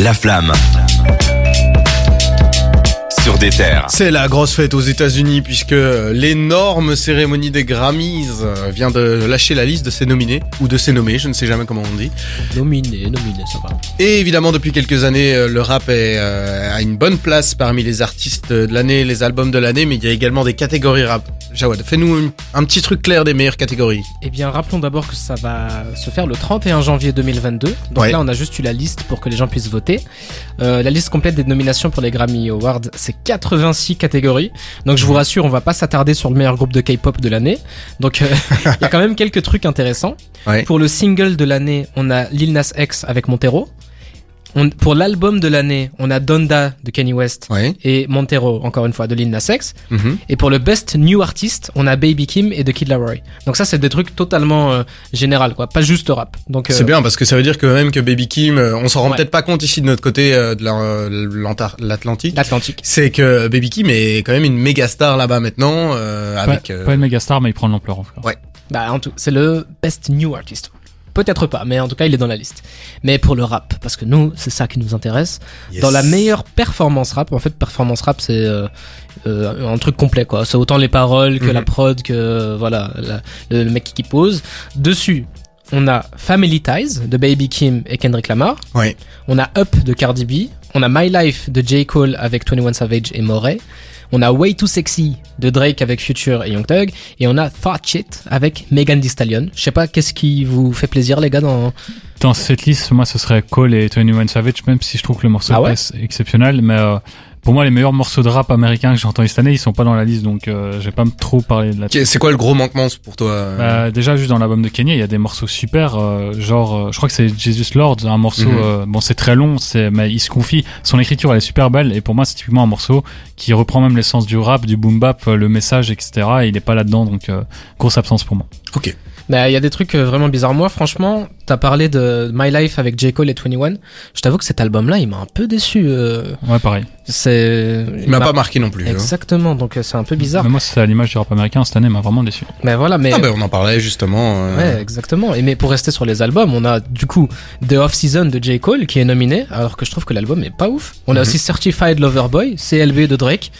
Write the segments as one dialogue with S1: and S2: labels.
S1: La Flamme. Sur des terres.
S2: C'est la grosse fête aux États-Unis puisque euh, l'énorme cérémonie des Grammys euh, vient de lâcher la liste de ses nominés ou de ses nommés, je ne sais jamais comment on dit.
S3: Nominé, nominé, ça va.
S2: Et évidemment, depuis quelques années, euh, le rap est euh, à une bonne place parmi les artistes de l'année, les albums de l'année, mais il y a également des catégories rap. Jawad, fais-nous une- un petit truc clair des meilleures catégories.
S3: Eh bien, rappelons d'abord que ça va se faire le 31 janvier 2022. Donc
S2: Ouais.
S3: là, on a juste eu la liste pour que les gens puissent voter. Euh, la liste complète des nominations pour les Grammy Awards, c'est 86 catégories. Donc je vous rassure, on va pas s'attarder sur le meilleur groupe de K-pop de l'année. Donc euh, il y a quand même quelques trucs intéressants.
S2: Ouais.
S3: Pour le single de l'année, on a Lil Nas X avec Montero. On- pour l'album de l'année, on a Donda de Kanye West.
S2: Oui.
S3: Et Montero, encore une fois, de Lil Nas X.
S2: Mhm.
S3: Et pour le best new artist, on a Baby Kim et The Kid Laroi. Donc ça, c'est des trucs totalement euh, général, quoi, pas juste rap. Donc euh,
S2: C'est bien parce que ça veut dire que même que Baby Kim, euh, on s'en rend
S3: Ouais.
S2: peut-être pas compte ici de notre côté euh, de la- euh, l'Antar- l'Atlantique.
S3: l'Atlantique.
S2: C'est que Baby Kim est quand même une méga star là-bas maintenant, euh, avec.
S4: pas,
S2: euh,
S4: pas une méga star, mais il prend de l'ampleur en tout cas.
S3: Bah, en tout, c'est le best new artist. Peut-être pas, mais en tout cas, il est dans la liste. Mais pour le rap, parce que nous, c'est ça qui nous intéresse.
S2: yes.
S3: Dans la meilleure performance rap, en fait, performance rap, c'est euh, euh, un truc complet, quoi. C'est autant les paroles que
S2: Mhm.
S3: la prod, que euh, voilà, la- le, le mec qui pose. Dessus, on a Family Ties de Baby Kim et Kendrick Lamar.
S2: Ouais.
S3: On a Up de Cardi B. On a My Life de J. Cole avec 21 Savage et Moray. On a Way Too Sexy de Drake avec Future et Young Thug. Et on a Thought Shit avec Megan Thee Stallion. Je sais pas, qu'est-ce qui vous fait plaisir, les gars, dans...
S4: Dans cette liste, moi, ce serait Cole et Tony One Savage, même si je trouve que le morceau
S3: Ah ouais
S4: est exceptionnel. Mais euh, pour moi, les meilleurs morceaux de rap américains que j'ai entendus cette année, ils sont pas dans la liste, donc euh, je vais pas me trop parler de la.
S2: Ok, C'est quoi le gros manquement pour toi euh,
S4: Bah, déjà, juste dans l'album de Kanye, il y a des morceaux super, euh, genre, euh, je crois que c'est Jesus Lord, un morceau,
S2: Mhm.
S4: euh, bon, c'est très long, c'est, mais il se confie, son écriture, elle est super belle, et pour moi, c'est typiquement un morceau qui reprend même l'essence du rap, du boom bap, euh, le message, etc., et il est pas là-dedans, donc, euh, grosse absence pour moi.
S3: Mais euh, il y a des trucs euh, vraiment bizarres. Moi, franchement, t'as parlé de My Life avec J. Cole et 21. Je t'avoue que cet album-là, il m'a un peu déçu. euh,
S4: Ouais, pareil.
S3: C'est...
S2: Il m'a pas marqué non plus. hein.
S3: Exactement, donc euh, c'est un peu bizarre.
S4: Mais moi, c'est à l'image du rap américain, cette année, elle m'a vraiment déçu.
S3: Mais voilà, mais...
S2: Ah bah, on en parlait justement. euh,
S3: Ouais, exactement. Et mais pour rester sur les albums, on a du coup The Off Season de J. Cole qui est nominé, alors que je trouve que l'album est pas ouf. On
S2: Mhm.
S3: a aussi Certified Lover Boy, CLB de Drake,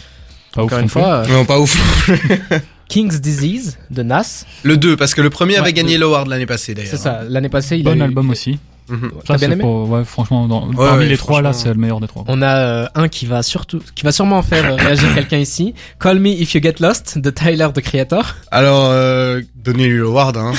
S4: Pas
S3: encore une
S4: ouf non plus.
S3: fois. euh,
S2: Non, pas ouf.
S3: King's Disease de Nas,
S2: Le 2, parce que le premier
S3: Ouais,
S2: avait gagné
S3: le-
S2: l'award l'année passée d'ailleurs.
S3: c'est ça, l'année passée Bah, il a
S4: Bon
S3: eu-
S4: album aussi.
S2: Mhm.
S3: T'as bien
S4: Ça, c'est
S3: aimé
S4: pour, ouais, franchement, dans, parmi
S2: ouais,
S4: les trois, là,
S2: franchement.
S4: c'est le meilleur des trois.
S3: On a euh, un qui va surtout, qui va sûrement faire euh, réagir quelqu'un ici. Call Me If You Get Lost de Tyler the Creator.
S2: Alors, euh, donnez-lui l'award. Hein.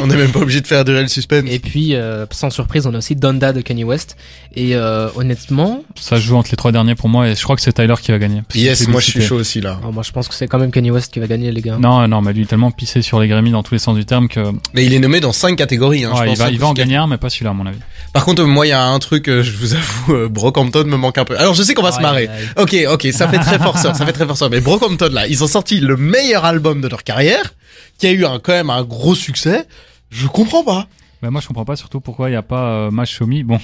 S2: on n'est même pas obligé de faire durer le suspense.
S3: Et puis, euh, sans surprise, on a aussi Donda de Kanye West. Et euh, honnêtement,
S4: Ça joue entre les trois derniers pour moi, et je crois que c'est Tyler qui va gagner. Parce que
S2: yes,
S4: c'est
S2: moi
S4: lui
S2: je suis
S4: cité.
S2: chaud aussi là.
S3: oh, moi je pense que c'est quand même Kanye West qui va gagner les gars.
S4: Non, non, mais lui, il est tellement pissé sur les Grammy dans tous les sens du terme que
S2: Mais il est nommé dans 5 catégories. Hein, je
S4: ouais, il
S2: pense,
S4: va,
S2: hein,
S4: il va en
S2: parce que-
S4: gagner un, mais pas celui-là, à mon avis.
S2: Par contre, euh, moi il y a un truc, euh, je vous avoue, euh, Brockhampton me manque un peu. Alors je sais qu'on va
S4: Ah
S2: se
S3: Aïe,
S2: marrer.
S3: aïe.
S2: Ok, ok, ça fait très forceur, ça fait très forceur. Mais Brockhampton là, ils ont sorti le meilleur album de leur carrière, qui a eu un, quand même un gros succès. Je comprends pas.
S4: Mais moi, je comprends pas surtout pourquoi il n'y a pas euh, Match Show Me. Bon.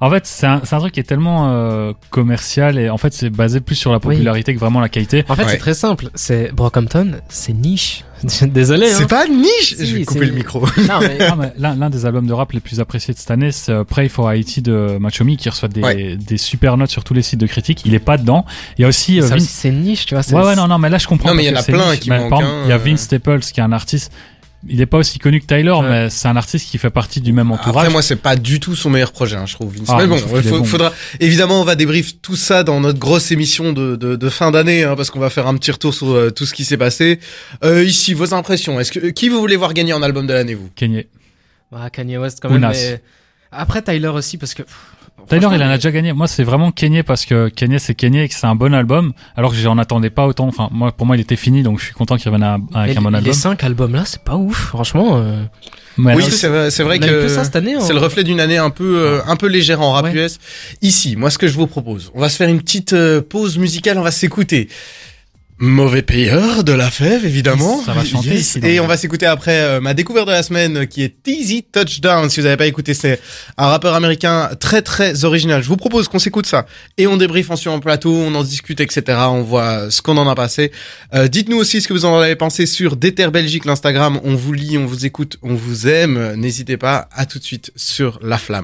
S4: En fait, c'est un, c'est un truc qui est tellement euh, commercial et en fait, c'est basé plus sur la popularité que vraiment la qualité.
S3: En fait,
S2: Ouais.
S3: c'est très simple. C'est Brockhampton, c'est niche. Désolé. hein.
S2: C'est pas niche.
S3: Si,
S2: je vais couper
S3: c'est-
S2: le micro.
S3: Non, mais-
S4: Ah, mais L'un l'un des albums de rap les plus appréciés de cette année, c'est euh, Pray for Haiti de Match Show Me, qui reçoit des,
S2: Ouais.
S4: des super notes sur tous les sites de critique. Il est pas dedans. Il y a aussi, euh,
S3: ça
S4: Vince-
S3: aussi, c'est niche, tu vois. c'est-
S4: Ouais, ouais, non, non, mais là je comprends.
S2: Non, mais il y en
S4: parce
S2: a
S4: que c'est
S2: plein
S4: niche.
S2: qui
S4: Mais,
S2: manquent,
S4: par exemple,
S2: hein,
S4: Il y a
S2: euh.
S4: Vince Staples qui est un artiste. Il n'est pas aussi connu que Tyler,
S3: Ouais.
S4: mais c'est un artiste qui fait partie du même entourage.
S2: Après moi c'est pas du tout son meilleur projet, hein, je trouve. Vince.
S4: Ah,
S2: Mais bon,
S4: moi, je trouve qu'il
S2: faut-
S4: est bon.
S2: faudra évidemment on va débrief tout ça dans notre grosse émission de, de, de fin d'année, hein, parce qu'on va faire un petit retour sur euh, tout ce qui s'est passé. Euh, ici vos impressions. Est-ce que euh, qui vous voulez voir gagner en album de l'année vous
S4: Kanye.
S3: Ah, Kanye West quand
S4: Ou
S3: même.
S4: Nas.
S3: mais- Après Tyler aussi parce que. pff,
S4: Tyler,
S3: franchement,
S4: il en a
S3: mais-
S4: déjà gagné. Moi, c'est vraiment Kanye parce que Kanye, c'est Kanye et que c'est un bon album. Alors que j'en attendais pas autant. Enfin, moi, pour moi, il était fini, donc je suis content qu'il revienne à- avec
S3: mais
S4: un bon
S3: Les
S4: album.
S3: cinq albums là, c'est pas ouf, franchement. euh,
S4: Mais
S2: Oui,
S4: alors,
S2: c'est vrai, c'est vrai
S3: on a eu
S2: que
S3: ça cette année. hein.
S2: c'est le reflet d'une année un peu euh, un peu légère en rap
S3: Ouais.
S2: US. Ici, moi ce que je vous propose, on va se faire une petite euh, pause musicale, on va s'écouter. Mauvais payeur de la fève, évidemment.
S4: Ça va chanter, sinon.
S2: Et on va s'écouter après euh, ma découverte de la semaine euh, qui est Easy Touchdown. Si vous n'avez pas écouté, c'est un rappeur américain très très original. Je vous propose qu'on s'écoute ça et on débriefe ensuite en plateau, on en discute, etc. On voit ce qu'on en a passé. Euh, Dites-nous aussi ce que vous en avez pensé sur Déter Belgique, l'Instagram. On vous lit, on vous écoute, on vous aime. N'hésitez pas. À tout de suite sur La Flamme.